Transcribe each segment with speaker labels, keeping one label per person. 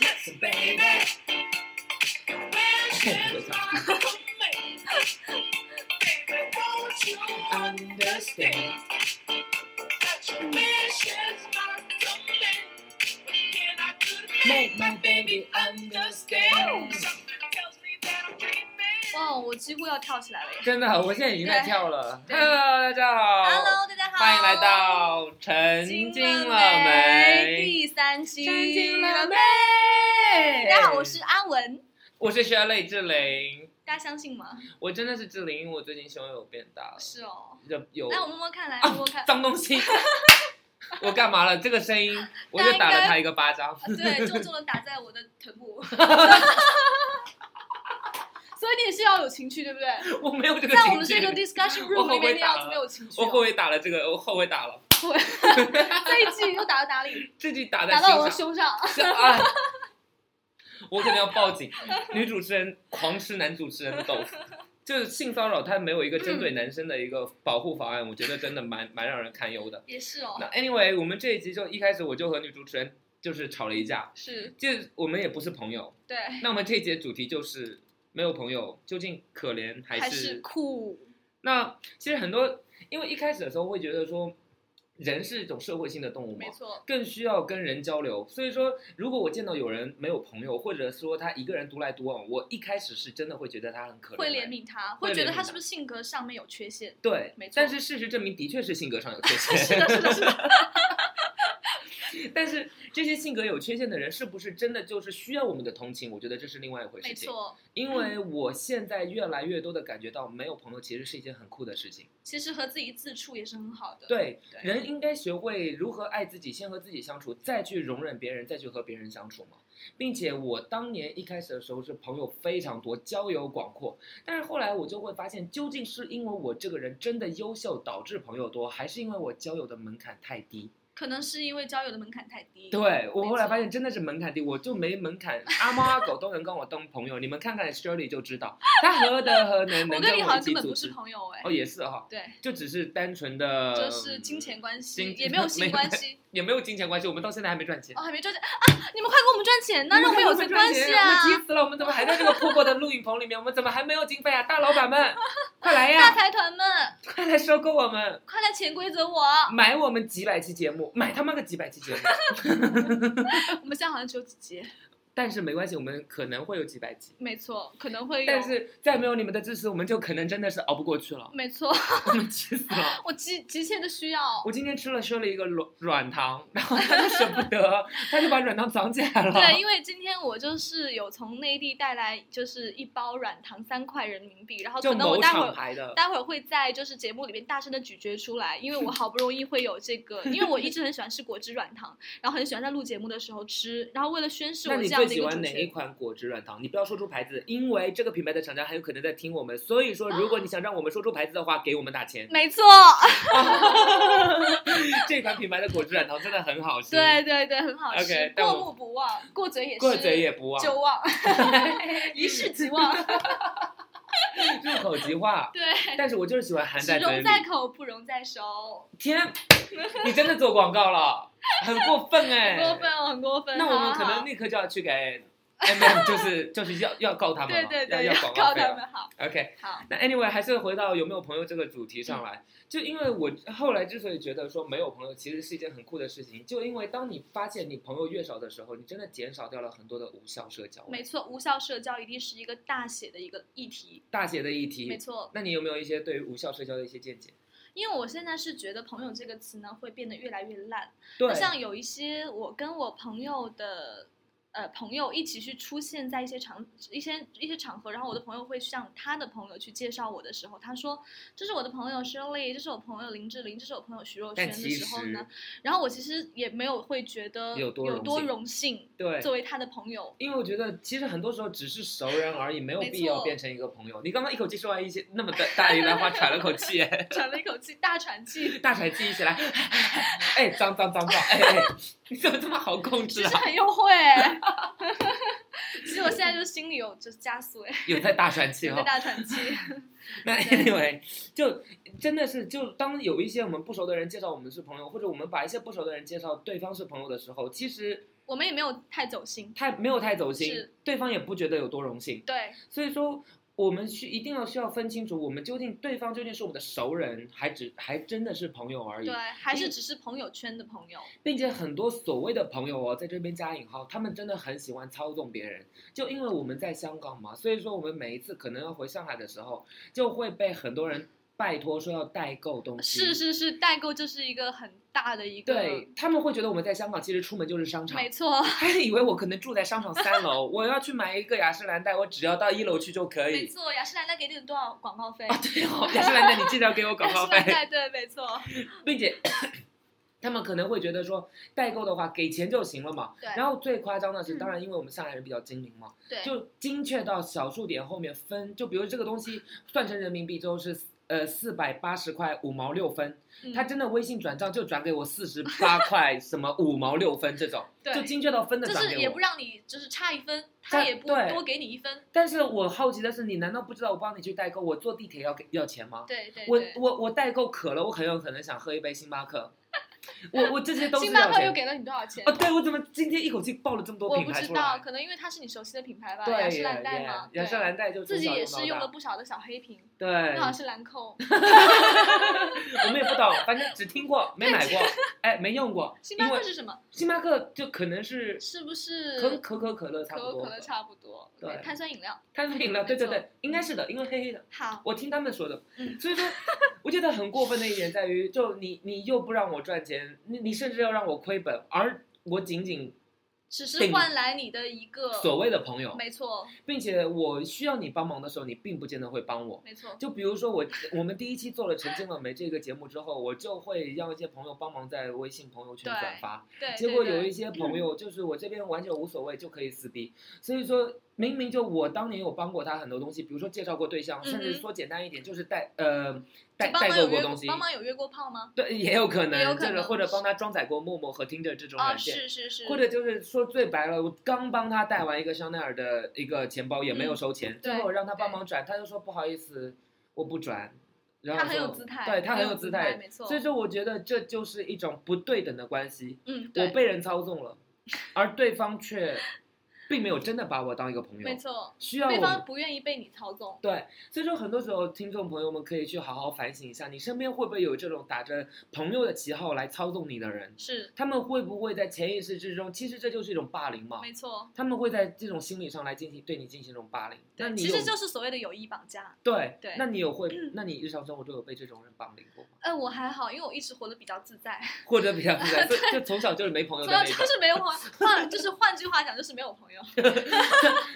Speaker 1: Listen, baby. I can't do it. Understand. Make my baby understand.
Speaker 2: 哇，我几乎要跳起来了耶
Speaker 3: 真的，我现在已经在跳了。
Speaker 2: 对
Speaker 3: Hello，大家好
Speaker 2: ！Hello，大家好，
Speaker 3: 欢迎来到沉浸了没？
Speaker 2: 第三期。
Speaker 3: 沉浸了没？
Speaker 2: 大家好，我是阿文，
Speaker 3: 我是 Shirley 志玲，
Speaker 2: 大家相信吗？
Speaker 3: 我真的是志玲，因为我最近胸有变大了，
Speaker 2: 是哦，
Speaker 3: 有有
Speaker 2: 来我摸摸看，
Speaker 3: 啊
Speaker 2: 来摸摸看，
Speaker 3: 脏东 西。我干嘛了？这个声音，我就打了他一个巴掌。
Speaker 2: 啊对，重重的打在我的臀部。所以你也是要有情趣，对不对？
Speaker 3: 我没有这个
Speaker 2: 在我
Speaker 3: 情
Speaker 2: 们这个
Speaker 3: 绪，
Speaker 2: discussion
Speaker 3: 我后
Speaker 2: room
Speaker 3: 悔
Speaker 2: 里面，你
Speaker 3: 打
Speaker 2: 要
Speaker 3: 了
Speaker 2: 怎么有情趣
Speaker 3: 我
Speaker 2: 哦？
Speaker 3: 后悔打了这个，我后悔打了，
Speaker 2: 这一季又打到哪里？
Speaker 3: 这句 打在
Speaker 2: 打
Speaker 3: 心
Speaker 2: 到
Speaker 3: 上
Speaker 2: 我的。胸上。
Speaker 3: 是 啊，我可能要报警。女主持人狂吃男主持人的豆腐，就是性骚扰，它没有一个
Speaker 2: 嗯
Speaker 3: 针对男生的一个保护法案，我觉得真的蛮蛮让人堪忧的。
Speaker 2: 也是哦，
Speaker 3: 那 anyway，我们这一集就一开始我就和女主持人就是吵了一架，
Speaker 2: 是
Speaker 3: 就我们也不是朋友。
Speaker 2: 对，
Speaker 3: 那我们这一节主题就是没有朋友究竟可怜还是
Speaker 2: 还是酷，
Speaker 3: 那其实很多，因为一开始的时候会觉得说，人是一种社会性的动物嘛
Speaker 2: 没，错，
Speaker 3: 更需要跟人交流。所以说，如果我见到有人没有朋友，或者说他一个人独来独往，我一开始是真的会觉得他很可怜，
Speaker 2: 会怜。悯他，
Speaker 3: 会
Speaker 2: 会觉
Speaker 3: 怜
Speaker 2: 得
Speaker 3: 悯
Speaker 2: 他
Speaker 3: 他
Speaker 2: 是不是性格上面有缺 陷？
Speaker 3: 对，
Speaker 2: 没错
Speaker 3: 但是事实证明，的确是性格上 有缺陷。
Speaker 2: 是的，是的，是 的，
Speaker 3: 但是这些性格有缺陷的人，是不是真的就是需要我们的同情？我觉得这是另外一回
Speaker 2: 没
Speaker 3: 事情。
Speaker 2: 错。
Speaker 3: 因为我现在越来越多的感觉到，没有朋友其实是一件很酷的事情。
Speaker 2: 其实和自己自处也是很好的。
Speaker 3: 对，
Speaker 2: 对
Speaker 3: 人应该学会如何爱自己，先和自己相处，再去容忍别人，再去和别人相处嘛。并且我当年一开始的时候是朋友非常多，交友广阔，但是后来我就会发现，究竟是因为我这个人真的优秀导致朋友多，还是因为我交友的门槛太低？
Speaker 2: 可能是因为交友的门槛太低。
Speaker 3: 对我后来
Speaker 2: 没错
Speaker 3: 发现真的是门槛低，我就没门 槛，阿猫阿狗都能跟我当朋友。你们看看 Shirley 就知道， 他何德何能
Speaker 2: 我
Speaker 3: 能
Speaker 2: 跟
Speaker 3: 跟
Speaker 2: 你好
Speaker 3: 我一
Speaker 2: 像
Speaker 3: 起
Speaker 2: 根本
Speaker 3: 组
Speaker 2: 不是
Speaker 3: 织？
Speaker 2: 朋友哎、
Speaker 3: 哦，也是哈、
Speaker 2: 对，
Speaker 3: 就只是单纯的，
Speaker 2: 就是金钱关系，
Speaker 3: 金
Speaker 2: 也没有性关 系。
Speaker 3: 也没有金钱关系，我们到现在还没赚钱。
Speaker 2: 哦，还没赚钱啊！你们快给我们赚钱，那让我们有
Speaker 3: 些
Speaker 2: 些关系啊！
Speaker 3: 我们急死了，我们怎么还在这个破破的录影棚里面？我们怎么还没有经费啊？大老板们，快来
Speaker 2: 大
Speaker 3: 呀，
Speaker 2: 财团们，
Speaker 3: 快来收购我们，
Speaker 2: 快来潜规则我！
Speaker 3: 买我们几百期节目，买他妈个几百期节目。
Speaker 2: 我们现在好像只有几集，
Speaker 3: 但是没关系，我们可能会有几百集，
Speaker 2: 没错，可能会有。
Speaker 3: 但是再没有你们的支持，我们就可能真的是熬不过去了。
Speaker 2: 没错，
Speaker 3: 我们急死了。
Speaker 2: 我急急切的需要。
Speaker 3: 我今天吃了吃了一个软软糖，然后他就舍不得，他就把软糖藏起来 了。
Speaker 2: 对，因为今天我就是有从内地带来，就是一包软糖三块人民币，然后
Speaker 3: 就
Speaker 2: 可能我
Speaker 3: 某
Speaker 2: 待会
Speaker 3: 厂
Speaker 2: 儿
Speaker 3: 牌的，
Speaker 2: 待会儿会在就是节目里面大声的咀嚼出来，因为我好不容易会有这个，因为我一直很喜欢吃果汁软糖，然后很喜欢在录节目的时候吃，然后为了宣示我
Speaker 3: 那
Speaker 2: 这
Speaker 3: 你
Speaker 2: 样
Speaker 3: 最
Speaker 2: 的一
Speaker 3: 喜
Speaker 2: 个
Speaker 3: 欢
Speaker 2: 主
Speaker 3: 哪一
Speaker 2: 权，。
Speaker 3: 款果汁软糖？你不要说出牌子，因为这个品牌的厂家很有可能在听我们，所以说如果你想让我们说出牌子的话，给我们打钱
Speaker 2: 没错，
Speaker 3: 嗯这款品牌的果汁软糖真的很好吃，
Speaker 2: 对，对对，很好吃
Speaker 3: OK，但
Speaker 2: 过
Speaker 3: 我
Speaker 2: 目不忘，过嘴也是，
Speaker 3: 过嘴也不忘，
Speaker 2: 就忘，一世即忘，
Speaker 3: 入口即化。
Speaker 2: 对，
Speaker 3: 但是我就是喜欢含
Speaker 2: 只
Speaker 3: 在嘴
Speaker 2: 容
Speaker 3: 里。
Speaker 2: 在口不容在手，
Speaker 3: 天，你真的做广告了，很过分哎、
Speaker 2: 很过分哦，很过分，
Speaker 3: 那我们可
Speaker 2: 好好
Speaker 3: 能立刻就要去给 M M，就是就是要要告他们
Speaker 2: 对
Speaker 3: 了，
Speaker 2: 对对，
Speaker 3: 要
Speaker 2: 要
Speaker 3: 广告
Speaker 2: 告
Speaker 3: 费
Speaker 2: 他
Speaker 3: 了。
Speaker 2: 们好，
Speaker 3: OK，
Speaker 2: 好，
Speaker 3: 那 anyway，还是回到有没有朋友这个主题
Speaker 2: 嗯
Speaker 3: 上来。就因为我后来之所以觉得说没有朋友其实是一件很酷的事情，就因为当你发现你朋友越少的时候，你真的减少掉了很多的无效社交。
Speaker 2: 没错，无效社交一定是一个大写的一个议题，
Speaker 3: 大写的议题，
Speaker 2: 没错，
Speaker 3: 那你有没有一些对于无效社交的一些见解？
Speaker 2: 因为我现在是觉得“朋友”这个词呢会变得越来越烂。
Speaker 3: 对
Speaker 2: 那，像有一些我跟我朋友的呃朋友一起去出现在一些场一些一些场合，然后我的朋友会向他的朋友去介绍我的时候，他说这是我的朋友 Shirley，这是我朋友林志玲，这是我朋友徐若瑄
Speaker 3: 但
Speaker 2: 的
Speaker 3: 其
Speaker 2: 时候
Speaker 3: 实
Speaker 2: 呢，然后我其实也没有会觉得
Speaker 3: 有多荣幸
Speaker 2: 荣幸
Speaker 3: 对，
Speaker 2: 作为他的朋友。
Speaker 3: 因为我觉得其实很多时候只是熟人而已，没有
Speaker 2: 没
Speaker 3: 必要
Speaker 2: 错
Speaker 3: 变成一个朋友。你刚刚一口气说完一些那么大大一段话，喘了口 气，哎
Speaker 2: 喘了一口气，大喘气，
Speaker 3: 大喘气一起来， 哎，脏 脏脏脏，哎哎，你怎么这么好控
Speaker 2: 其
Speaker 3: 制
Speaker 2: 实
Speaker 3: 啊？
Speaker 2: 很优惠。其实所以我现在就心里有就是加速哎，
Speaker 3: 有在大喘气
Speaker 2: 有
Speaker 3: 哈
Speaker 2: 在。大喘气。
Speaker 3: 那
Speaker 2: 对
Speaker 3: anyway，就真的是，就当有一些我们不熟的人介绍我们是朋友，或者我们把一些不熟的人介绍对方是朋友的时候，其实
Speaker 2: 我们也没有太走心，
Speaker 3: 太没有太走心
Speaker 2: 是，
Speaker 3: 对方也不觉得有多荣幸。
Speaker 2: 对
Speaker 3: 所以说，我们需一定要需要分清楚，我们究竟对方究竟是我们的熟人，还只还真的是朋友而已
Speaker 2: 对，，还
Speaker 3: 因
Speaker 2: 是
Speaker 3: 为
Speaker 2: 只是朋友圈的朋友，
Speaker 3: 并且很多所谓的朋友哦，在这边加引号，他们真的很喜欢操纵别人。就因为我们在香港嘛，所以说我们每一次可能要回上海的时候，就会被很多人拜托说要代购东西。
Speaker 2: 是是是，代购就是一个很大的一个，
Speaker 3: 嗯对他们会觉得我们在香港其实出门就是商场
Speaker 2: 嗯没， 错，
Speaker 3: 他以为我可能住在商场三楼，我要去买一个雅诗兰黛，我只要到一楼去就可
Speaker 2: 没
Speaker 3: 以。
Speaker 2: 错，雅诗兰黛给你多少广告费？
Speaker 3: 啊，对哦，雅诗兰黛，你记得要给我广
Speaker 2: 雅
Speaker 3: 告
Speaker 2: 诗
Speaker 3: 费
Speaker 2: 兰，黛对，没错，
Speaker 3: 并且 他们可能会觉得说代购的话给钱就行了嘛。
Speaker 2: 对
Speaker 3: 然后最夸张的是，
Speaker 2: 嗯
Speaker 3: 当然因为我们上海人比较精明嘛，
Speaker 2: 对，
Speaker 3: 就精确到小数点后面分，就比如这个东西算成人民币之后是。呃，四百八十块五毛六分，
Speaker 2: 嗯
Speaker 3: 他真的微信转账就转给我四十八块什么五毛六分这种，
Speaker 2: 对
Speaker 3: 就精确到分的
Speaker 2: 就
Speaker 3: 转
Speaker 2: 是也
Speaker 3: 给我
Speaker 2: 不。让你就是差一分，他也不
Speaker 3: 对
Speaker 2: 多给你一分，
Speaker 3: 但是我好奇的是，你难道不知道我帮你去代购，我坐地铁要给要钱吗？
Speaker 2: 对对
Speaker 3: 我
Speaker 2: 对。
Speaker 3: 我我代购渴了，我很有可能想喝一杯星巴克，我我这些都是
Speaker 2: 星
Speaker 3: 要
Speaker 2: 巴克
Speaker 3: 钱
Speaker 2: 又。给了你多少钱？
Speaker 3: 哦，对，我怎么今天一口气爆了这么多
Speaker 2: 我
Speaker 3: 品
Speaker 2: 不
Speaker 3: 牌
Speaker 2: 知
Speaker 3: 出
Speaker 2: 道，
Speaker 3: 来？
Speaker 2: 可能因为它是你熟悉的品牌吧，
Speaker 3: 对，
Speaker 2: 雅诗兰黛嘛，
Speaker 3: 雅雅诗
Speaker 2: 对
Speaker 3: 兰黛就从
Speaker 2: 自己
Speaker 3: 小
Speaker 2: 也
Speaker 3: 用到
Speaker 2: 是用
Speaker 3: 大
Speaker 2: 了不少的小黑瓶，
Speaker 3: 对，
Speaker 2: 又好像是兰蔻，
Speaker 3: 我们也不懂，反正只听过没买 过，哎，没用过。
Speaker 2: 星巴
Speaker 3: 因为
Speaker 2: 克是什么？
Speaker 3: 星巴克就可能是
Speaker 2: 是不是
Speaker 3: 跟可口可乐差
Speaker 2: 可
Speaker 3: 不多
Speaker 2: 口可，乐差不多？
Speaker 3: 对
Speaker 2: 碳酸饮料。
Speaker 3: 碳酸饮料，对对
Speaker 2: 没错
Speaker 3: 对，应该是的，因为黑黑的。
Speaker 2: 好，
Speaker 3: 我听他们说的，
Speaker 2: 嗯
Speaker 3: 所以说，我觉得很过分的一点在于，就你你又不让我赚钱，你你甚至要让我亏本，而我仅仅
Speaker 2: 只是
Speaker 3: 顶
Speaker 2: 换来你的一个
Speaker 3: 所谓的朋友，
Speaker 2: 呃没错，
Speaker 3: 并且我需要你帮忙的时候，你并不见得会帮我。
Speaker 2: 没错，
Speaker 3: 就比如说我，我们第一期做了《陈经了没》这个节目之后，我就会让一些朋友帮忙在微信朋友圈
Speaker 2: 对
Speaker 3: 转发，
Speaker 2: 对。
Speaker 3: 结
Speaker 2: 对
Speaker 3: 果
Speaker 2: 对
Speaker 3: 有一些朋友就是我这边完全无所谓就可以撕逼，所以说明明就我当年有帮过他很多东西，比如说介绍过对象，甚至
Speaker 2: 嗯哼
Speaker 3: 说简单一点就是带呃带
Speaker 2: 就帮
Speaker 3: 代
Speaker 2: 忙
Speaker 3: 购
Speaker 2: 有
Speaker 3: 过
Speaker 2: 约
Speaker 3: 东西，
Speaker 2: 帮忙有约过炮吗？
Speaker 3: 对也有可能，
Speaker 2: 也有可
Speaker 3: 就是
Speaker 2: 能
Speaker 3: 或者帮他装载过陌陌和听着这种
Speaker 2: 啊，
Speaker 3: 软件。
Speaker 2: 是是是，
Speaker 3: 嗯或者就是说最白了，我刚帮他带完一个香奈儿的一个钱包，也
Speaker 2: 嗯
Speaker 3: 没有收钱，最后我让他帮忙转，他就说不好意思，我不转。然后
Speaker 2: 他很有
Speaker 3: 就
Speaker 2: 姿态
Speaker 3: 对他
Speaker 2: 很
Speaker 3: 很
Speaker 2: 有
Speaker 3: 有
Speaker 2: 姿
Speaker 3: 姿
Speaker 2: 态
Speaker 3: 态，
Speaker 2: 没错
Speaker 3: 所以说，我觉得这就是一种不对等的关系，
Speaker 2: 嗯，
Speaker 3: 我
Speaker 2: 对，
Speaker 3: 被人操纵了， 而对方却并没有真的把我当一个朋
Speaker 2: 没
Speaker 3: 友，
Speaker 2: 错，
Speaker 3: 需要
Speaker 2: 对
Speaker 3: 我们
Speaker 2: 方不愿意被你操纵，
Speaker 3: 对，所以说很多时候，听众朋友们可以去好好反省一下，你身边会不会有这种打着朋友的旗号来操纵你的人？
Speaker 2: 是
Speaker 3: 他们会不会在潜意识之中，其实这就是一种霸凌嘛？
Speaker 2: 没错。
Speaker 3: 他们会在这种心理上来进行对你进行这种霸凌。 那
Speaker 2: 对，
Speaker 3: 你
Speaker 2: 其
Speaker 3: 有
Speaker 2: 实就是所谓的友谊绑架。
Speaker 3: 对
Speaker 2: 对
Speaker 3: 那你有会
Speaker 2: 嗯，
Speaker 3: 那你日常生活中有被这种人霸凌过吗？
Speaker 2: 哎，我还好，因为我一直活得比较自在，
Speaker 3: 或者比较 复杂，就就从小就是没朋友
Speaker 2: 从
Speaker 3: 的
Speaker 2: 小
Speaker 3: 那
Speaker 2: 就
Speaker 3: 种。
Speaker 2: 是没有朋换，就是换句话讲，就是没有朋友。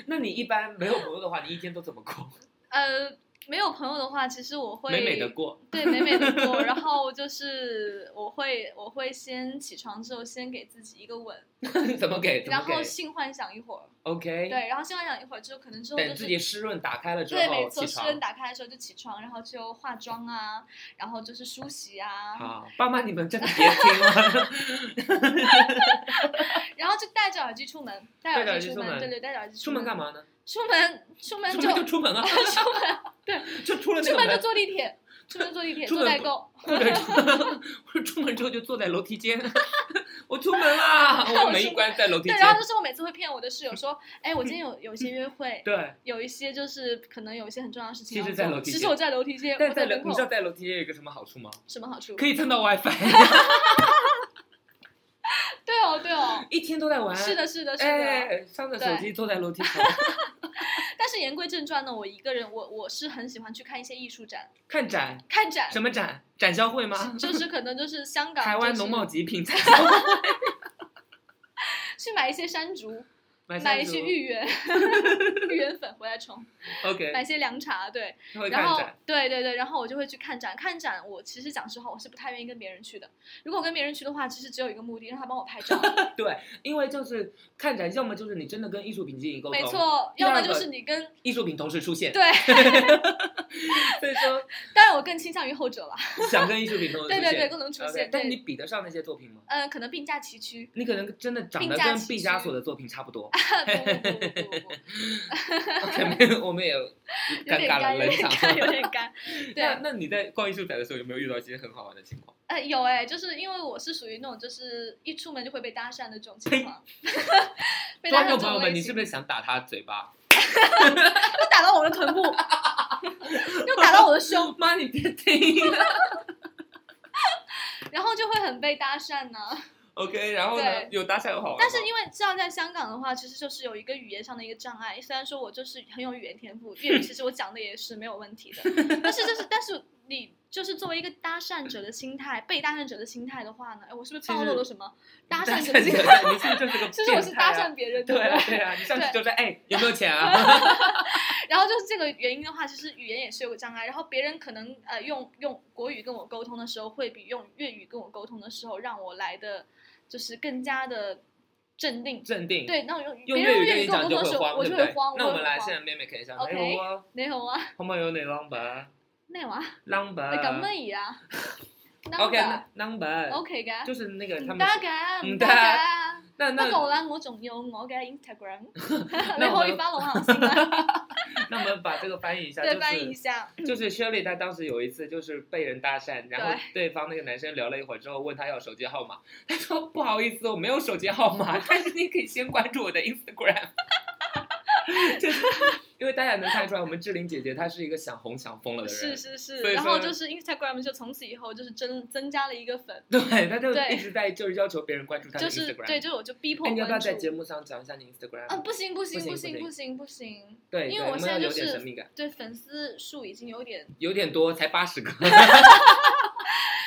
Speaker 3: 那你一般没有朋友的话，你一天都怎么过？
Speaker 2: 呃，没有朋友的话，其实我会
Speaker 3: 美美的过。
Speaker 2: 对，美美的过。然后就是我会，我会先起床之后，先给自己一个吻，
Speaker 3: 怎么给？怎
Speaker 2: 然
Speaker 3: 么给
Speaker 2: 后性幻想一会儿，
Speaker 3: ？OK。
Speaker 2: 对，然后性幻想一会儿之后，可能之后
Speaker 3: 等
Speaker 2: 就
Speaker 3: 自
Speaker 2: 是
Speaker 3: 己湿润打开了之
Speaker 2: 对，没
Speaker 3: 后
Speaker 2: 错，
Speaker 3: 起
Speaker 2: 湿润
Speaker 3: 床。
Speaker 2: 打开的时候就起床，然后就化妆啊，然后就是梳洗啊，
Speaker 3: 好，爸妈你们真的 别听了。
Speaker 2: 然后就戴着耳机出门，
Speaker 3: 戴
Speaker 2: 戴
Speaker 3: 着
Speaker 2: 耳
Speaker 3: 耳
Speaker 2: 机
Speaker 3: 机
Speaker 2: 出
Speaker 3: 出
Speaker 2: 门，
Speaker 3: 门
Speaker 2: 对对，戴着耳机
Speaker 3: 出门
Speaker 2: 门
Speaker 3: 干？嘛呢？
Speaker 2: 出门出门
Speaker 3: 出
Speaker 2: 就
Speaker 3: 门就出门啊，
Speaker 2: 出门
Speaker 3: 就 出了那
Speaker 2: 出
Speaker 3: 个
Speaker 2: 门就
Speaker 3: 门，
Speaker 2: 坐地铁，出门坐地铁
Speaker 3: 出
Speaker 2: 做
Speaker 3: 门
Speaker 2: 代
Speaker 3: 不
Speaker 2: 购，
Speaker 3: 或者 出或者出门之后就坐在楼梯间。 我出门 啦，我门一关在楼梯
Speaker 2: 对，
Speaker 3: 间。
Speaker 2: 然后就是我每次会骗我的室友说，哎，我今天有有一些约会，
Speaker 3: 对，
Speaker 2: 有一些就是可能有一些很重要的事情
Speaker 3: 其
Speaker 2: 要做。
Speaker 3: 实在楼梯
Speaker 2: 其实
Speaker 3: 间
Speaker 2: 我在楼梯间，
Speaker 3: 但
Speaker 2: 我
Speaker 3: 在
Speaker 2: 在
Speaker 3: 楼，
Speaker 2: 门
Speaker 3: 你知道
Speaker 2: 口
Speaker 3: 在楼梯间有一个什么好处吗？
Speaker 2: 什么好处？
Speaker 3: 可以蹭到 WiFi，
Speaker 2: 对哦，对哦，
Speaker 3: 一天都在玩。
Speaker 2: 是，的，是的，是的。
Speaker 3: 啊哎，上着手机坐在楼梯 旁
Speaker 2: 但是言归正传呢，我一个人，我我是很喜欢去看一些艺术展，
Speaker 3: 看展，
Speaker 2: 看展，
Speaker 3: 什么展？展销会吗？
Speaker 2: 就是可能就是香港、
Speaker 3: 台湾农贸
Speaker 2: 贸，
Speaker 3: 极品展销会，
Speaker 2: 去买一些山竹，
Speaker 3: 买
Speaker 2: 买一
Speaker 3: 山
Speaker 2: 些
Speaker 3: 竹
Speaker 2: 芋圆， 芋圆粉回来冲，买一
Speaker 3: ，OK，
Speaker 2: 些凉茶，对，
Speaker 3: 会
Speaker 2: 然
Speaker 3: 看
Speaker 2: 后
Speaker 3: 展。
Speaker 2: 对对对，然后我就会去看展。看展，我其实讲实话，我是不太愿意跟别人去的。如果我跟别人去的话，其实只有一个目的，让他帮我拍照。
Speaker 3: 对，因为就是看展，要么就是你真的跟艺术品进行沟通，
Speaker 2: 没，错，
Speaker 3: 第
Speaker 2: 要么
Speaker 3: 二
Speaker 2: 就
Speaker 3: 个
Speaker 2: 是你跟
Speaker 3: 艺术品同时出现，
Speaker 2: 对，
Speaker 3: 所以说，
Speaker 2: 当然我更倾向于后者了。
Speaker 3: 想跟艺术品朋友
Speaker 2: 对
Speaker 3: 出
Speaker 2: 对
Speaker 3: 现
Speaker 2: 对，更能出
Speaker 3: OK，
Speaker 2: 现。
Speaker 3: 但你
Speaker 2: 对，
Speaker 3: 比得上那些作品吗？
Speaker 2: 呃，可能并驾齐驱。
Speaker 3: 你可能真的长得
Speaker 2: 并驾
Speaker 3: 跟
Speaker 2: 齐
Speaker 3: 毕加
Speaker 2: 驱
Speaker 3: 索的作品差不 多。
Speaker 2: 不不不不不不，
Speaker 3: OK，没有，我们也
Speaker 2: 有
Speaker 3: 尴
Speaker 2: 点
Speaker 3: 尬了，冷
Speaker 2: 干，有点
Speaker 3: 场。
Speaker 2: 干，有点 干。
Speaker 3: 那
Speaker 2: 对，
Speaker 3: 那你在逛艺术展的时候有没有遇到一些很好玩的情况？
Speaker 2: 呃，有哎，就是因为我是属于那种就是一出门就会被搭讪的这种情况。被搭
Speaker 3: 观
Speaker 2: 讪
Speaker 3: 众
Speaker 2: 这
Speaker 3: 朋友
Speaker 2: 种
Speaker 3: 们，
Speaker 2: 类
Speaker 3: 你是
Speaker 2: 型，
Speaker 3: 不是想打他嘴巴？
Speaker 2: 又打到我的 臀部，又 打到我的胸，
Speaker 3: 妈，你别听。
Speaker 2: 然后就会很被搭讪呢、
Speaker 3: OK，然后呢？
Speaker 2: 对
Speaker 3: 有搭讪有好玩吗。
Speaker 2: 但是因为这样在香港的话，其实就是有一个语言上的一个障碍。虽然说我就是很有语言天赋，粤语其实我讲的也是没有问题 的，但是就是但是你就是作为一个搭讪者的心态，被搭讪者的心态的话呢，哎，我是不是暴露了什么？搭
Speaker 3: 讪
Speaker 2: 讪者的心
Speaker 3: 者，
Speaker 2: 态，
Speaker 3: 你是不是 就是个
Speaker 2: 其实我是
Speaker 3: 变态啊
Speaker 2: 搭讪别 人，
Speaker 3: 对
Speaker 2: 不
Speaker 3: 啊
Speaker 2: 对？
Speaker 3: 对啊，你上去
Speaker 2: 对
Speaker 3: 就在哎有没有钱 啊？
Speaker 2: 然后就是这个原因的话，其实语言也是有个障碍。然后别人可能呃用用国语跟我沟通的时候，会比用粤语跟我沟通的时候，让我来的就是更加的镇定。
Speaker 3: 镇定。。
Speaker 2: 对，那我用
Speaker 3: 用
Speaker 2: 别人
Speaker 3: 粤语跟
Speaker 2: 用粤
Speaker 3: 你
Speaker 2: 语跟
Speaker 3: 讲
Speaker 2: 我
Speaker 3: 就
Speaker 2: 沟
Speaker 3: 会
Speaker 2: 通的时候，
Speaker 3: 慌，
Speaker 2: 我
Speaker 3: 对
Speaker 2: 就
Speaker 3: 不对
Speaker 2: 会慌。
Speaker 3: 那我们来，
Speaker 2: 会
Speaker 3: 现
Speaker 2: 慌
Speaker 3: 在妹妹可以讲，
Speaker 2: OK
Speaker 3: 哎我
Speaker 2: 你好啊，
Speaker 3: 可唔可以用你 number
Speaker 2: 咩话？你咁
Speaker 3: number
Speaker 2: 乜嘢 啊
Speaker 3: 呃 OK
Speaker 2: 得
Speaker 3: number
Speaker 2: ，OK 嘅，
Speaker 3: 就是那个他
Speaker 2: 唔
Speaker 3: 们
Speaker 2: 得
Speaker 3: 是
Speaker 2: 嘅，
Speaker 3: 唔
Speaker 2: 唔
Speaker 3: 得
Speaker 2: 得嘅。
Speaker 3: 那
Speaker 2: 不
Speaker 3: 那
Speaker 2: 過啦，我仲有我嘅 Instagram，
Speaker 3: 那
Speaker 2: 你
Speaker 3: 我
Speaker 2: 可以
Speaker 3: 们
Speaker 2: follow 下我 先啦，
Speaker 3: 那我们把这个翻译一下，
Speaker 2: 對，翻譯
Speaker 3: 就
Speaker 2: 一
Speaker 3: 是
Speaker 2: 下。
Speaker 3: 就是 Shirley 她当时有一次就是被人搭讪，然后对方那个男生聊了一会儿之后问她要手机号码，她说不好意思我没有手机号码，但是你可以先关注我的 Instagram，就是因为大家能看出来我们志玲姐姐她是一个想红想疯了的
Speaker 2: 是
Speaker 3: 人，
Speaker 2: 是
Speaker 3: 所
Speaker 2: 是，
Speaker 3: 以
Speaker 2: 然
Speaker 3: 说
Speaker 2: 后
Speaker 3: 呢
Speaker 2: 就是 Instagram 就从此以后就是增增加了一个粉，
Speaker 3: 对，她就
Speaker 2: 对
Speaker 3: 一直在就是要求别人关注她的
Speaker 2: 就是对，
Speaker 3: Instagram。
Speaker 2: 就是我就逼迫
Speaker 3: 哎，你要不要
Speaker 2: 关
Speaker 3: 在
Speaker 2: 注
Speaker 3: 节。目上讲一下你 Instagram？、
Speaker 2: 啊，不行不行
Speaker 3: 不行
Speaker 2: 不行
Speaker 3: 不
Speaker 2: 不行不行，
Speaker 3: 对，
Speaker 2: 因为
Speaker 3: 对
Speaker 2: 我
Speaker 3: 们
Speaker 2: 现在
Speaker 3: 要
Speaker 2: 就
Speaker 3: 有点
Speaker 2: 是
Speaker 3: 神秘感，
Speaker 2: 对粉丝数已经有点
Speaker 3: 有点多，才八十 个。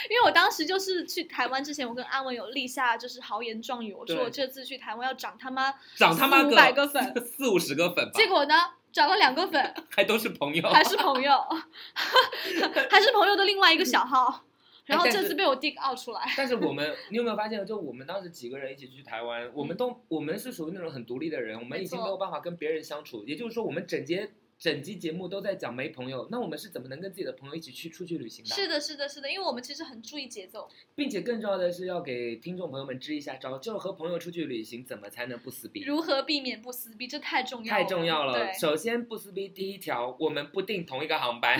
Speaker 2: 因为我当时就是去台湾之前，我跟阿文有立下就是豪言壮语，我说
Speaker 3: 对啊
Speaker 2: 我这次去台湾要涨他妈
Speaker 3: 涨他妈
Speaker 2: 四
Speaker 3: 个
Speaker 2: 五百个粉，
Speaker 3: 四五十个粉吧
Speaker 2: 结，果呢涨了两个粉，
Speaker 3: 还都是朋友。
Speaker 2: 还是朋友， 还是朋友的另外一个小号，然后
Speaker 3: 但
Speaker 2: 这
Speaker 3: 是
Speaker 2: 次被我 dig out 出来，
Speaker 3: 但是我们，你有没有发现，就我们当时几个人一起去台湾，我们都我们是属于那种很独立的人，我们
Speaker 2: 嗯没
Speaker 3: 已经
Speaker 2: 错
Speaker 3: 没有办法跟别人相处。也就是说，我们整节整集节目都在讲没朋友，那我们是怎么能跟自己的朋友一起去出去旅行的？啊
Speaker 2: 是的，是的，是的，因为我们其实很注意节奏，
Speaker 3: 并且更重要的是要给听众朋友们支一下招，就是和朋友出去旅行怎么才能不撕逼？
Speaker 2: 如何避免不撕逼，这太重要
Speaker 3: 太
Speaker 2: 了，
Speaker 3: 重要了。
Speaker 2: 对，
Speaker 3: 首先不撕逼，第一条，我们不订同一个航班。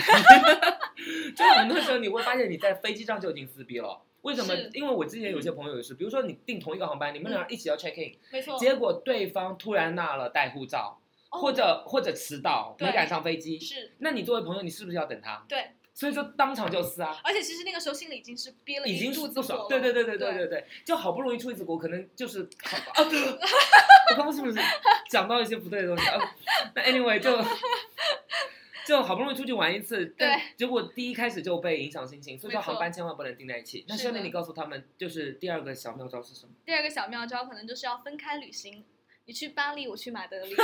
Speaker 3: 就是很多时候你会发现你在飞机上就已经撕逼了。为什么
Speaker 2: 是？嗯
Speaker 3: 因为我之前有些朋友也是，比如说你订同一个航班，你们俩一起要 check in，、
Speaker 2: 没错，
Speaker 3: 结果对方突然纳了带护照，
Speaker 2: 哦
Speaker 3: 或者或者迟到，
Speaker 2: 对
Speaker 3: 没赶上飞机，
Speaker 2: 是
Speaker 3: 那你作为朋友，你是不是要等他？
Speaker 2: 对，
Speaker 3: 所以说当场就撕啊，
Speaker 2: 而且其实那个时候心里已经是憋了
Speaker 3: 已经
Speaker 2: 嗯一
Speaker 3: 是
Speaker 2: 肚
Speaker 3: 不
Speaker 2: 子火
Speaker 3: 爽
Speaker 2: 了，，
Speaker 3: 对对对对对
Speaker 2: 对
Speaker 3: 对对，就好不容易出一次国，可能就是啊， 对，我刚刚是不是讲到一些不对的东西？啊、那 anyway 就。就好不容易出去玩一次，但结果第一开始就被影响心情，所以说
Speaker 2: 没错
Speaker 3: 航班千万不能订在一起。那
Speaker 2: 是的
Speaker 3: 下面你告诉他们，就是第二个小妙招是什么？
Speaker 2: 第二个小妙招可能就是要分开旅行，你去巴黎，我去 马德里，
Speaker 3: 好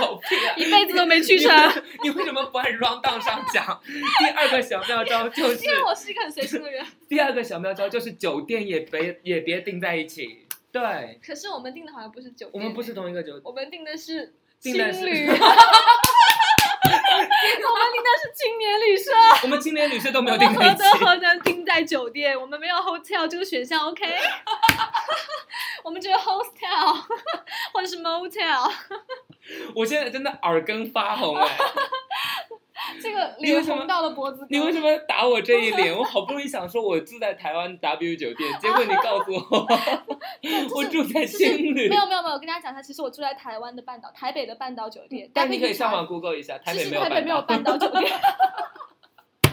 Speaker 3: 狗屁 啊！
Speaker 2: 一辈子都没去成。
Speaker 3: 你为什么不按 round down 上讲？ 第二个小妙招就是，
Speaker 2: 因为我是一个很随性的人，
Speaker 3: 第二个小妙招就是酒店也别也别订在一起。对，
Speaker 2: 可是我们订的好像不是酒店，
Speaker 3: 我们不是，同一个酒店，
Speaker 2: 我们订的是青
Speaker 3: 订的是
Speaker 2: 旅，我们订的是青年旅社，
Speaker 3: 我们青年旅社都没有
Speaker 2: 我
Speaker 3: 订
Speaker 2: 们
Speaker 3: 在
Speaker 2: 何
Speaker 3: 一起。
Speaker 2: 德何能订在酒店？我们没有 hotel 这个选项，OK？我们只有 hostel 或者是 motel，
Speaker 3: 我现在真的耳根发 红哎！
Speaker 2: 这个
Speaker 3: 你为
Speaker 2: 脸
Speaker 3: 什么
Speaker 2: 红到了脖子根。
Speaker 3: 你为什么打我这一脸？我好不容易想说我住在台湾 W 酒店，结果你告诉我 我住在青旅
Speaker 2: 没。有没有没有，我跟大家讲一下，其实我住在台湾的半岛，台北的半岛酒店。
Speaker 3: 嗯但你可以
Speaker 2: 上
Speaker 3: 上
Speaker 2: 网。
Speaker 3: 网 Google 一下，台
Speaker 2: 其
Speaker 3: 北
Speaker 2: 实
Speaker 3: 没有
Speaker 2: 台北没有
Speaker 3: 办
Speaker 2: 半岛酒店，
Speaker 3: 法，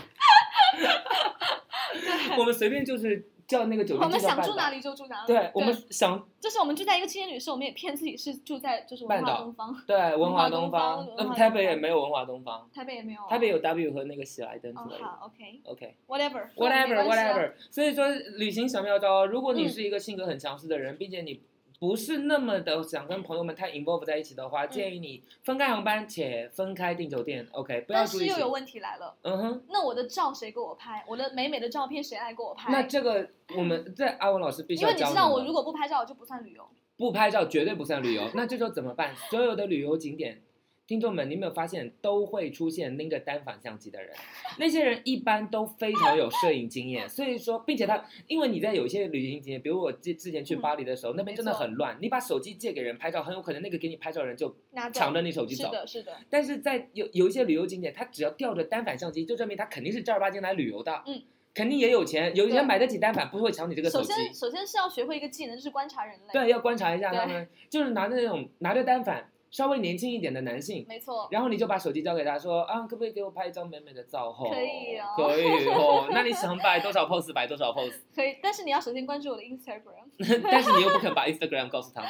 Speaker 3: 我们随便就是叫那个酒
Speaker 2: 我
Speaker 3: 店
Speaker 2: 们
Speaker 3: 就叫
Speaker 2: 哦想
Speaker 3: 半
Speaker 2: 住
Speaker 3: 岛
Speaker 2: 哪。里就住哪里。
Speaker 3: 对，我们想
Speaker 2: 就是我们住在一个青年旅社，我们也骗自己是住在就是文
Speaker 3: 半
Speaker 2: 化
Speaker 3: 岛
Speaker 2: 东方，
Speaker 3: 对，文
Speaker 2: 文
Speaker 3: 华
Speaker 2: 华
Speaker 3: 东
Speaker 2: 东
Speaker 3: 方，
Speaker 2: 方文
Speaker 3: 那
Speaker 2: 华
Speaker 3: 台
Speaker 2: 东
Speaker 3: 北也
Speaker 2: 方
Speaker 3: 没有文华东方，
Speaker 2: 台北也没有啊。
Speaker 3: 台北有 W 和那个喜来登之
Speaker 2: 哦
Speaker 3: 类的。
Speaker 2: 好，OK，whatever，
Speaker 3: OK
Speaker 2: 我们没
Speaker 3: whatever
Speaker 2: 关系啊
Speaker 3: whatever，所以说旅行小妙招，如果你
Speaker 2: 嗯
Speaker 3: 是一个性格很强势的人，并且你不是那么的想跟朋友们太 involve 在一起的
Speaker 2: 嗯
Speaker 3: 话，建议你分开航班且分开订酒店。OK，不要
Speaker 2: 但
Speaker 3: 住
Speaker 2: 是
Speaker 3: 一
Speaker 2: 又
Speaker 3: 起
Speaker 2: 有。问题来了，
Speaker 3: 嗯哼，
Speaker 2: 那我的照谁给我拍？我的美美的照片谁来给我拍？
Speaker 3: 那这个我们这阿文老师必须
Speaker 2: 嗯因
Speaker 3: 要
Speaker 2: 为你
Speaker 3: 教
Speaker 2: 知道，
Speaker 3: 们
Speaker 2: 我如果不拍照，我就不算旅游。
Speaker 3: 不拍照绝对不算旅游。那这时候怎么办？所有的旅游景点听众们，你有没有发现都会出现拎着单反相机的人？那些人一般都非常有摄影经验，所以说，并且他，因为你在有一些旅行经验，比如我之之前去
Speaker 2: 嗯
Speaker 3: 巴黎的时候，那边真的
Speaker 2: 没错
Speaker 3: 很乱，你把手机借给人拍照，很有可能那个给你拍照的人就
Speaker 2: 拿走
Speaker 3: 抢着你手机
Speaker 2: 是
Speaker 3: 走。
Speaker 2: 的，是的，
Speaker 3: 但是在有有一些旅游景点，他只要吊着单反相机，就证明他肯定是正儿八经来旅游的，
Speaker 2: 嗯，
Speaker 3: 肯定也有钱，有
Speaker 2: 对
Speaker 3: 钱买得起单反，不会抢你这个手
Speaker 2: 首
Speaker 3: 机。
Speaker 2: 先首先是要学会一个技能，就是观察人类。，
Speaker 3: 对，要观察一下
Speaker 2: 对
Speaker 3: 他们，就是拿着那种拿着单反，稍微年轻一点的男性，
Speaker 2: 没错，
Speaker 3: 然后你就把手机交给他说啊，可不可以给我拍一张美美的照后？
Speaker 2: 可以哦
Speaker 3: 可以哦。那你想摆多少 pose 摆多少 pose，
Speaker 2: 可以。但是你要首先关注我的 Instagram。
Speaker 3: 但是你又不肯把 Instagram 告诉他们。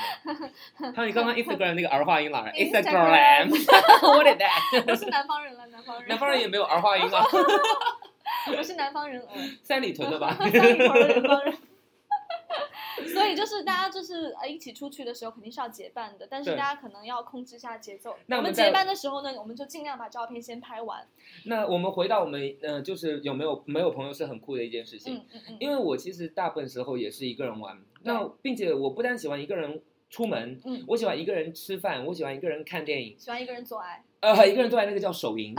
Speaker 3: 他说你刚刚 Instagram 那个儿化音了
Speaker 2: Instagram
Speaker 3: ，Instagram，what is that？
Speaker 2: 我是南方人了，南方人，
Speaker 3: 南方人也没有儿化音啊，
Speaker 2: 我是南方人哦。
Speaker 3: 三里屯的 吧？
Speaker 2: 所以就是大家就是呃一起出去的时候肯定是要结伴的，但是
Speaker 3: 对
Speaker 2: 大家可能要控制一下节奏。
Speaker 3: 那
Speaker 2: 我
Speaker 3: 我
Speaker 2: 们
Speaker 3: 们
Speaker 2: 结
Speaker 3: 再
Speaker 2: 伴的时候呢，我们就尽量把照片先拍完。
Speaker 3: 那我们回到我们呃，就是有没有没有朋友是很酷的一件事情。
Speaker 2: 嗯嗯嗯，
Speaker 3: 因为我其实大部分时候也是一个人玩，那并且我不但喜欢一个人出门，
Speaker 2: 嗯
Speaker 3: 我喜欢一个人吃饭，我喜欢一个人看电影，
Speaker 2: 喜欢一个人做爱，
Speaker 3: 呃，一个人坐在那个叫手 淫。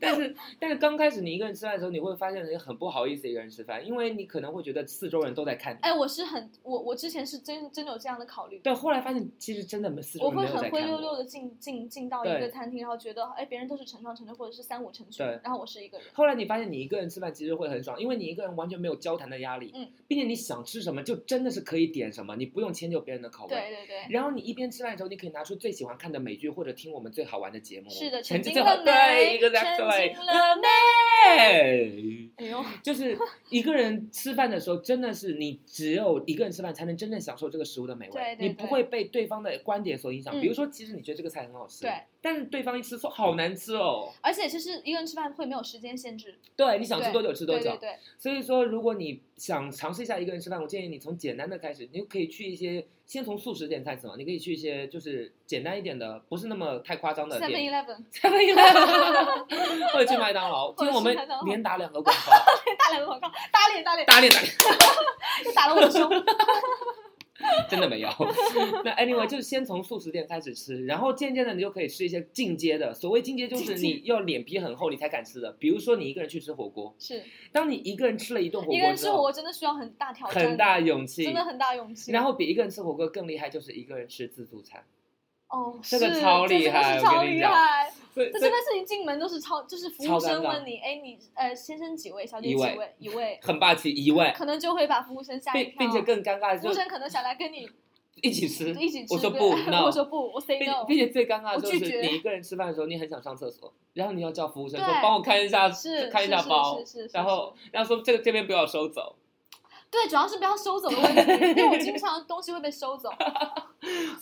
Speaker 3: 但是，但是刚开始你一个人吃饭的时候，你会发现你很不好意思一个人吃饭，因为你可能会觉得四周人都在看你。
Speaker 2: 哎，我是很我我之前是真真有这样的考虑。
Speaker 3: 对，后来发现其实真的没四周
Speaker 2: 我
Speaker 3: 人没
Speaker 2: 会
Speaker 3: 有在
Speaker 2: 很灰
Speaker 3: 看
Speaker 2: 溜
Speaker 3: 我。
Speaker 2: 溜的进进进到一
Speaker 3: 对
Speaker 2: 个餐厅，然后觉得哎，别人都是成双成对或者是三五成群
Speaker 3: 对，
Speaker 2: 然后我是一个人。
Speaker 3: 后来你发现你一个人吃饭其实会很爽，因为你一个人完全没有交谈的压力，
Speaker 2: 嗯
Speaker 3: 并且你想吃什么就真的是可以点什么，你不用迁就别人的口味。
Speaker 2: 对 对对，
Speaker 3: 然后你一边吃饭的时候，你可以拿出最喜欢看的美剧或者听我们最好玩的节目。
Speaker 2: 是的，
Speaker 3: 成
Speaker 2: 沉
Speaker 3: 绩
Speaker 2: 浸
Speaker 3: 最好
Speaker 2: 了
Speaker 3: 对，
Speaker 2: 没？
Speaker 3: 一个
Speaker 2: 沉
Speaker 3: that's
Speaker 2: 浸
Speaker 3: right，
Speaker 2: 了没？
Speaker 3: 哎
Speaker 2: 哎呦，
Speaker 3: 就是一个人吃饭的时候，真的是你只有一个人吃饭才能真正享受这个食物的美味，
Speaker 2: 对对
Speaker 3: 你不
Speaker 2: 对
Speaker 3: 会被对方的观点所影响。
Speaker 2: 嗯
Speaker 3: 比如说，其实你觉得这个菜很好吃，
Speaker 2: 对，
Speaker 3: 但是对方一吃说好难吃哦，
Speaker 2: 而且其实一个人吃饭会没有时间限制，
Speaker 3: 对，你想吃
Speaker 2: 对
Speaker 3: 多久吃多久。
Speaker 2: 对对对，
Speaker 3: 所以说，如果你想尝试一下一个人吃饭，我建议你从简单的开始，你就可以去一些先从素食店开始嘛，你可以去一些就是简单一点的，不是那么太夸张的
Speaker 2: Seven
Speaker 3: 店，
Speaker 2: Eleven
Speaker 3: 或者去麦当劳。
Speaker 2: 或者
Speaker 3: 听我们
Speaker 2: 去麦当劳
Speaker 3: 连打两个广告，
Speaker 2: 打脸广告，打脸打脸，
Speaker 3: 打脸 打脸。
Speaker 2: 又打了我 的胸。
Speaker 3: 真的没有。那 anyway，就是先从素食店开始吃，然后渐渐的你就可以吃一些进阶的。所谓进阶，就是
Speaker 2: 进
Speaker 3: 你要脸皮很厚你才敢吃的。比如说你一个人去吃火锅，
Speaker 2: 是
Speaker 3: 当你一个人吃了一顿火
Speaker 2: 一个
Speaker 3: 锅
Speaker 2: 人
Speaker 3: 之
Speaker 2: 吃火
Speaker 3: 后，
Speaker 2: 锅真的需要很大挑战，
Speaker 3: 很大勇气，
Speaker 2: 真的很大勇气。
Speaker 3: 然后比一个人吃火锅更厉害，就是一个人吃自助餐。
Speaker 2: 哦，
Speaker 3: 这个
Speaker 2: 是
Speaker 3: 超厉
Speaker 2: 这真的
Speaker 3: 害我
Speaker 2: 是超
Speaker 3: 跟你
Speaker 2: 厉
Speaker 3: 讲
Speaker 2: 害，
Speaker 3: 所以
Speaker 2: 这
Speaker 3: 所
Speaker 2: 真
Speaker 3: 以
Speaker 2: 的是一进门都是超，就是服务
Speaker 3: 超尴
Speaker 2: 生
Speaker 3: 尬
Speaker 2: 问你，哎，你呃先生几位，小姐
Speaker 3: 一
Speaker 2: 几
Speaker 3: 位
Speaker 2: 位，一位，
Speaker 3: 很霸气，一位，
Speaker 2: 可能就会把服务生吓一
Speaker 3: 并
Speaker 2: 跳，
Speaker 3: 并且更尴尬
Speaker 2: 服
Speaker 3: 的
Speaker 2: 务
Speaker 3: 是
Speaker 2: 生可能想来跟你
Speaker 3: 一起吃，
Speaker 2: 一起吃，
Speaker 3: 我说
Speaker 2: 对
Speaker 3: 不，no
Speaker 2: 我说不，我 say
Speaker 3: 并
Speaker 2: no，
Speaker 3: 并且最尴尬
Speaker 2: 我
Speaker 3: 的就
Speaker 2: 拒绝
Speaker 3: 是你一个人吃饭的时候，你很想上厕所，然后你要叫服务生说
Speaker 2: 对
Speaker 3: 帮我看一下
Speaker 2: 是
Speaker 3: 看一下
Speaker 2: 是是
Speaker 3: 包，
Speaker 2: 是是是
Speaker 3: 然后然后说这个这边不要收走。
Speaker 2: 对，主要是不要收走的问题，因为我经常东西会被 收走，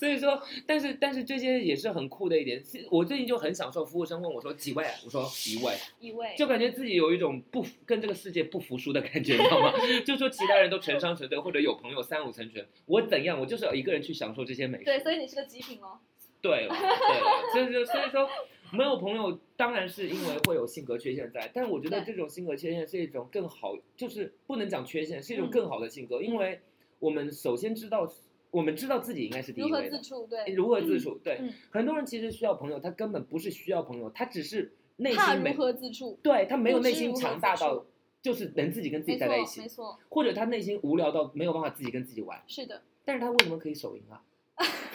Speaker 3: 所以说，但是但是这些也是很酷的一点。是我最近就很享受服务生问我说几位啊，我说一位，
Speaker 2: 一位
Speaker 3: 就感觉自己有一种不服跟这个世界不服输的感觉，你知道吗？ 就说其他人都成双成对，或者有朋友三五成群，我怎样，我就是要一个人去享受这些美食。
Speaker 2: 对，所以你是个极品哦。
Speaker 3: 对了，对了，所以说所以说没有朋友，当然是因为会有性格缺陷在，但我觉得这
Speaker 2: 对
Speaker 3: 种性格缺陷是一种更好，就是不能讲缺陷，是一种
Speaker 2: 嗯
Speaker 3: 更好的性格，因为我们首先知道，我们知道自己应该是第一
Speaker 2: 如何
Speaker 3: 位的
Speaker 2: 自。处？对，
Speaker 3: 如何自处？对，
Speaker 2: 嗯
Speaker 3: 很多人其实需要朋友，他根本不是需要朋友，他只是内
Speaker 2: 怕
Speaker 3: 心
Speaker 2: 如
Speaker 3: 没，
Speaker 2: 何自处？
Speaker 3: 对他没有
Speaker 2: 不知
Speaker 3: 内心
Speaker 2: 如何
Speaker 3: 强
Speaker 2: 自
Speaker 3: 大
Speaker 2: 处
Speaker 3: 到，就是能自己跟自己
Speaker 2: 没
Speaker 3: 待
Speaker 2: 错
Speaker 3: 在一，起
Speaker 2: 没，错，
Speaker 3: 或者他内心无聊到没有办法自己跟自己玩。
Speaker 2: 是的，
Speaker 3: 但是他为什么可以手淫啊？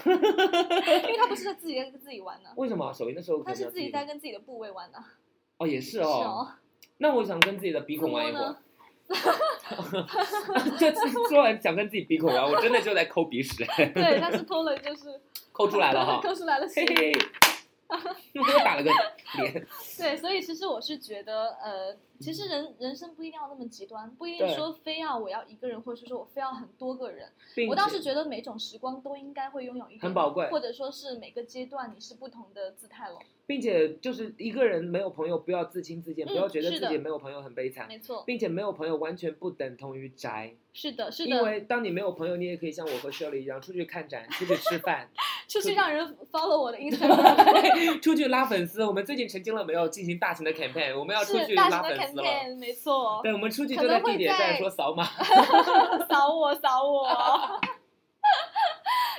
Speaker 2: 因为他不是在自己在跟自己玩呢、
Speaker 3: 为什么啊手淫的时候可
Speaker 2: 他
Speaker 3: 能
Speaker 2: 是
Speaker 3: 要
Speaker 2: 自己在跟自己的部位玩呢、
Speaker 3: 哦， 也是
Speaker 2: 是
Speaker 3: 哦。
Speaker 2: 哦，
Speaker 3: 那我想跟自己的鼻孔玩一会
Speaker 2: 摸
Speaker 3: 儿
Speaker 2: 呢。
Speaker 3: 这次说完想跟自己鼻孔玩，我真的就在抠鼻屎，
Speaker 2: 对，但是偷了 就是
Speaker 3: 抠出来了哈。
Speaker 2: 抠出 来了血
Speaker 3: 嘿。嘿，我又打了个脸。
Speaker 2: 对，所以其实我是觉得，呃，其实人人生不一定要那么极端，不一定
Speaker 3: 对
Speaker 2: 说非要我要一个人，或者是说我非要很多个人。
Speaker 3: 并
Speaker 2: 我倒
Speaker 3: 且
Speaker 2: 是觉得每种时光都应该会拥有一个
Speaker 3: 很宝贵
Speaker 2: 或者说是每个阶段你是不同的姿态了。
Speaker 3: 并且就是一个人没有朋友，不要自轻自贱，
Speaker 2: 嗯
Speaker 3: 不要觉得
Speaker 2: 是的
Speaker 3: 自己没有朋友很悲惨，
Speaker 2: 没错，
Speaker 3: 啊并且没有朋友完全不等同于宅，
Speaker 2: 是的，是
Speaker 3: 因
Speaker 2: 的，
Speaker 3: 为当你没有朋友，你也可以像我和 Shirley 一样出去看展、出去吃饭、
Speaker 2: 出
Speaker 3: 出
Speaker 2: 去
Speaker 3: 去
Speaker 2: 让人 follow 我的 Instagram，
Speaker 3: 出去拉粉丝。我们最近澄清了没有进行大型的 campaign，我们要出
Speaker 2: 是
Speaker 3: 去
Speaker 2: 大
Speaker 3: 拉
Speaker 2: 型的
Speaker 3: 粉丝了。
Speaker 2: campaign，没错。
Speaker 3: 对，我们出去
Speaker 2: 可
Speaker 3: 就
Speaker 2: 能
Speaker 3: 在地
Speaker 2: 会
Speaker 3: 铁
Speaker 2: 在
Speaker 3: 站说扫码，
Speaker 2: 扫我，扫我，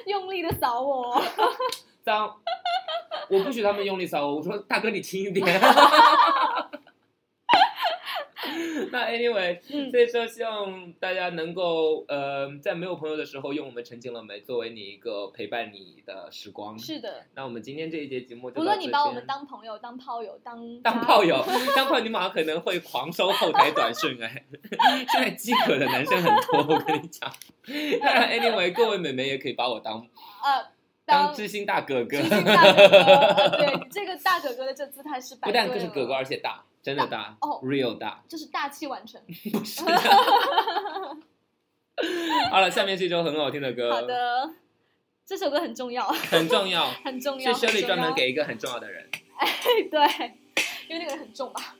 Speaker 2: 用力的扫我。
Speaker 3: 脏。我不许他们用力扫我，我说大哥你轻一点。 那 anyway，
Speaker 2: 嗯
Speaker 3: 所以说希望大家能够呃，在没有朋友的时候，用我们陈情了没作为你一个陪伴你的时光。
Speaker 2: 是的，
Speaker 3: 那我们今天这一节节目就
Speaker 2: 无
Speaker 3: 到这
Speaker 2: 论
Speaker 3: 边。
Speaker 2: 你把我们当朋友、当炮友、当
Speaker 3: 当
Speaker 2: 家
Speaker 3: 炮友，当炮友，你马上可能会狂收后台短讯哎、 现在饥渴的男生很多，我跟你讲。 当然，anyway，各位美眉也可以把我当
Speaker 2: 呃，
Speaker 3: 当
Speaker 2: 当
Speaker 3: 知心大哥哥
Speaker 2: 知，心大哥 哥，呃对你这个大哥哥的这姿态是摆
Speaker 3: 不但
Speaker 2: 对
Speaker 3: 哥是
Speaker 2: 了
Speaker 3: 哥哥，，而且大，真的大
Speaker 2: 哦
Speaker 3: ，real 大。
Speaker 2: 就是大器晚成。
Speaker 3: 好了，下面是一首很好听的歌，
Speaker 2: 好的，这首歌很重要，
Speaker 3: 很重要，
Speaker 2: 很重
Speaker 3: 是
Speaker 2: 要，很
Speaker 3: Shirley
Speaker 2: 重
Speaker 3: 专门
Speaker 2: 要。
Speaker 3: 给一个很重要的人。
Speaker 2: 对，因为那个人很重吧。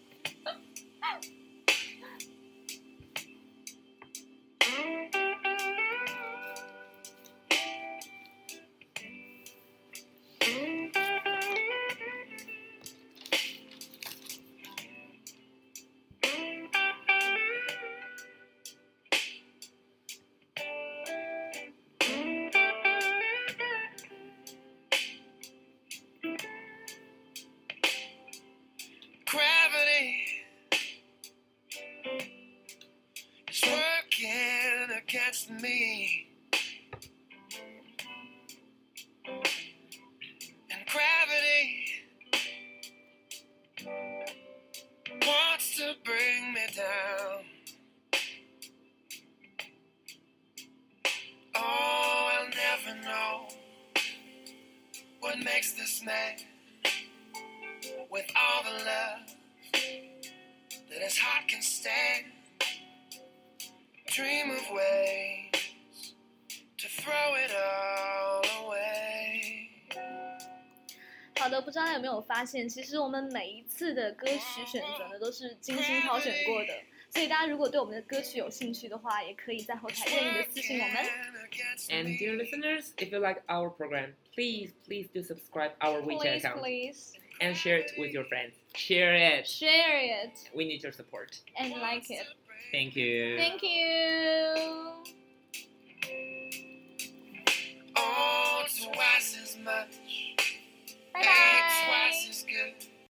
Speaker 1: Gravity is working against me. And gravity wants to bring me down. Oh, I'll never know what makes this man with all the love that his heart can stand. Dream of ways to throw it all away.
Speaker 2: 好的，不知道大家有没有发现，其实我们每一次的歌曲选择呢，都是精心挑选过的。所以大家如果对我们的歌曲有兴趣的话，也可以在后台任意的私信我们。
Speaker 1: against
Speaker 3: And
Speaker 1: me.
Speaker 3: dear listeners, if you like our program, please, please do subscribe our WeChat
Speaker 2: Please,
Speaker 3: account
Speaker 2: please
Speaker 3: and share it with your friends. Share it.
Speaker 2: share it
Speaker 3: We need your support.
Speaker 2: and like it.
Speaker 3: Thank you.
Speaker 2: Thank you.
Speaker 1: Oh, twice as much,
Speaker 2: Bye
Speaker 1: and twice
Speaker 2: bye.
Speaker 1: as good.